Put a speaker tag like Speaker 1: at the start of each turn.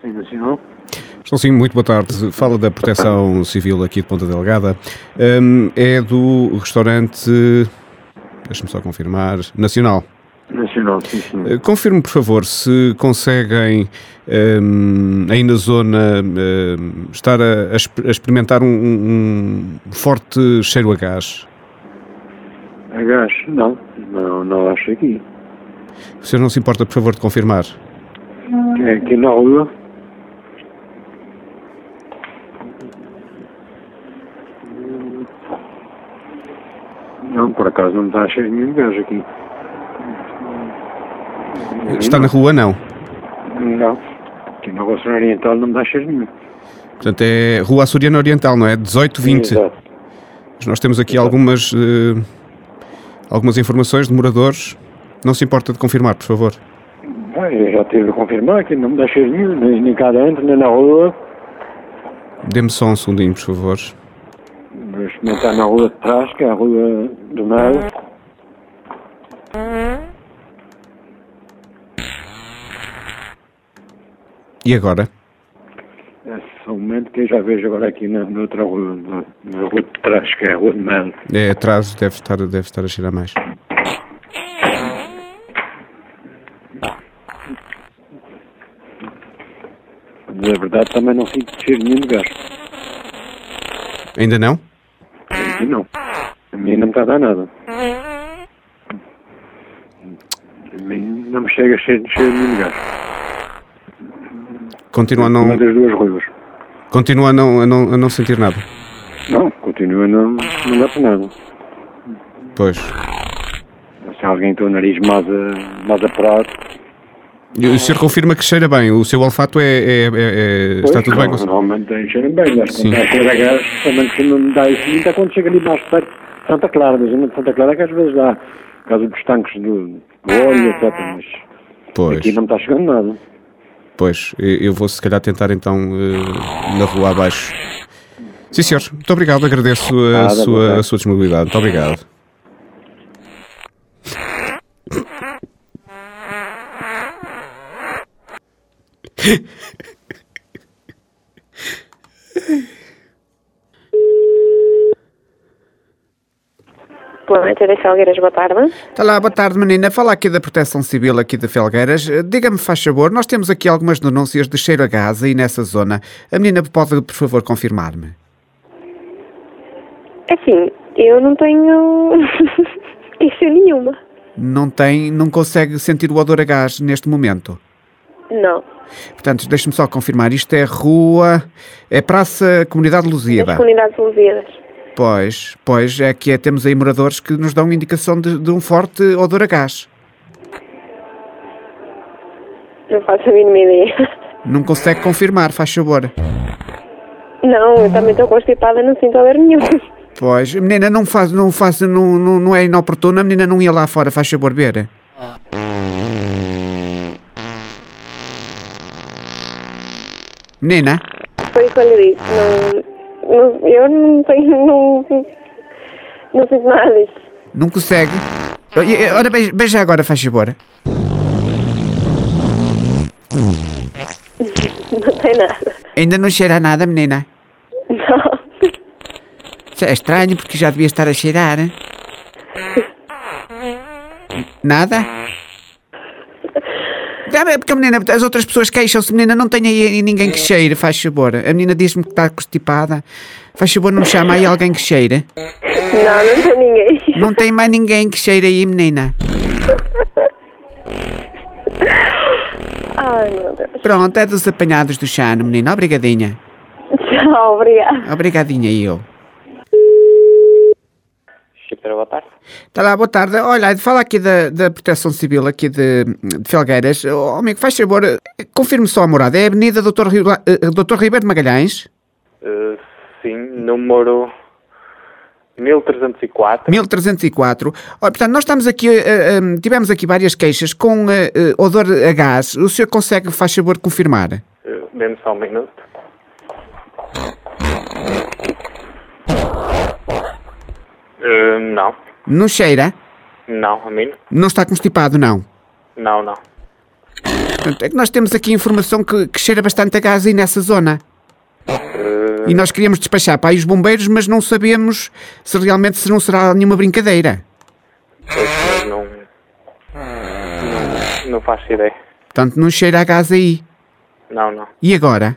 Speaker 1: Sim, Nacional.
Speaker 2: Estou sim, muito boa tarde. Fala da Proteção Civil aqui de Ponta Delgada. Hum, é do restaurante, deixa-me só confirmar, Nacional. Eh,
Speaker 1: Nacional, sim, sim.
Speaker 3: Euh,
Speaker 2: Confirme, por favor, se conseguem hum, aí na zona hum, estar a, a exp- a experimentar um, um- um forte cheiro a gás.
Speaker 1: A gás? Não, não, não acho aqui.
Speaker 2: O senhor não se importa, por favor, de confirmar?
Speaker 1: É aqui na rua. Não, por acaso não está cheio de nenhum gás aqui.
Speaker 2: Está na rua, não.
Speaker 1: Não. Aqui na Roça Oriental não está cheio de nenhum.
Speaker 2: Portanto, é Rua Açoriana Oriental, não é? 1820.
Speaker 1: Exato.
Speaker 2: Mas Nós temos aqui algumas, eh, algumas informações de moradores. Não se importa de confirmar, por favor.
Speaker 1: Ah, eu já tive a confirmar que não está cheio de nenhum, nem, nem cá dentro, nem na rua.
Speaker 2: Dê-me só um segundinho, por favor.
Speaker 1: Mas não está na rua de trás, que é a rua do meio.
Speaker 2: E agora?
Speaker 1: É só um momento que eu já vejo agora aqui na, na outra rua, na, na rua de trás, que é a rua de Melo.
Speaker 2: É atraso, deve estar, deve estar a cheirar mais.
Speaker 1: Na verdade também não sinto cheiro nenhum de gás.
Speaker 2: Ainda não?
Speaker 1: Aqui não. A mim não me está a dar nada. A mim não me chega cheiro, cheiro nenhum de gás.
Speaker 2: Continua a
Speaker 1: Uma
Speaker 2: não,
Speaker 1: das duas ruas.
Speaker 2: continua a não, a não, a não sentir nada.
Speaker 1: Não, continua, não, não dá para nada.
Speaker 2: Pois.
Speaker 1: Se alguém tem o nariz mais, a- mais apurado...
Speaker 2: E o senhor confirma que cheira bem. O seu olfato é, é- é- é- está
Speaker 1: pois,
Speaker 2: tudo bem com o senhor?
Speaker 1: Normalmente tem cheiro bem, mas
Speaker 2: Sim.
Speaker 1: quando está a cheiro a gás, também que não me dá isso muito é quando chega ali mais perto de Santa Clara, mas ainda de Santa Clara é que às vezes dá, por causa dos tanques do, do óleo, etc. Mas...
Speaker 2: Ah, Pois,
Speaker 1: Aqui não está chegando nada.
Speaker 2: pois. Eu eu vou se calhar tentar então eh, na rua abaixo. Sim, senhor. Muito obrigado. Agradeço a,
Speaker 1: Nada, boa
Speaker 2: sua,
Speaker 1: tarde.
Speaker 2: a sua disponibilidade. Muito obrigado.
Speaker 4: Planeta de Felgueiras, boa tarde.
Speaker 3: Olá, Tá boa tarde, menina. Fala aqui da Proteção Civil, aqui de Felgueiras. Eh, Diga-me, faz favor, nós temos aqui algumas denúncias de cheiro a gás aí nessa zona. A menina pode, por favor, confirmar-me?
Speaker 4: Assim, eu não tenho queixa nenhuma.
Speaker 3: Não tem, não consegue sentir o odor a gás neste momento.
Speaker 4: Não.
Speaker 3: Portanto, deixe-me só confirmar. Isto é rua... É Praça Comunidade Lusíada.
Speaker 4: As comunidades luzidas.
Speaker 3: Pois, pois, é que é- temos aí moradores que nos dão indicação de, de um forte odor a gás.
Speaker 4: Não faço a mínima ideia.
Speaker 3: Não consegue confirmar, faz favor.
Speaker 4: Não, eu também estou constipada, não sinto dor nenhum.
Speaker 3: Pois, menina, não faz, não faz, não, não, não é inoportuna, a menina não ia lá fora, faz favor, ver. Menina,
Speaker 4: Foi o que eu lhe disse. Não, não- eu não tenho. Não, não sinto nada disso.
Speaker 3: não consegue. E- e- Ora, beija, beija agora, faz favor.
Speaker 4: Não tem nada.
Speaker 3: Ainda não cheira a nada, menina.
Speaker 4: Não.
Speaker 3: Isso É estranho, porque já devia estar a cheirar. hein? Nada? Ah, mas Porque, menina, as outras pessoas queixam-se, menina, não tem aí ninguém que cheire, faz favor. A menina diz-me que está constipada. Faz favor, não me chama aí alguém que cheire.
Speaker 4: Não, não tem ninguém.
Speaker 3: Não tem mais ninguém que cheire aí, menina.
Speaker 4: Ai, meu Deus.
Speaker 3: Pronto, é dos apanhados do chano, menina. Obrigadinha.
Speaker 4: Tchau, obrigada.
Speaker 3: Obrigadinha, eu.
Speaker 5: Chipra, boa tarde.
Speaker 3: Tá lá, boa tarde. Olha, fala aqui da, da Proteção Civil, aqui de, de Felgueiras. Oh, amigo, faz favor, eh, confirme só a morada. É a Avenida Dr. Rila- eh, Dr. Ribeiro de Magalhães,
Speaker 5: Eh, sim, número 1304.
Speaker 3: 1304. Olha, portanto, nós estamos aqui, eh, eh, tivemos aqui várias queixas com eh, eh, odor a gás. O senhor consegue, faz favor, confirmar?
Speaker 5: Eh, Dê-me só um minuto. Eh, não,
Speaker 3: Não cheira?
Speaker 5: não, a mim
Speaker 3: Não está constipado, não?
Speaker 5: não, não.
Speaker 3: Portanto, é que nós temos aqui informação que, que cheira bastante a gás aí nessa zona.
Speaker 5: Eh,
Speaker 3: E nós queríamos despachar para aí os bombeiros, mas não sabemos se realmente se não será nenhuma brincadeira.
Speaker 5: pois, mas não, não. Não faço ideia.
Speaker 3: Portanto, não cheira a gás aí.
Speaker 5: Não, não.
Speaker 3: E agora?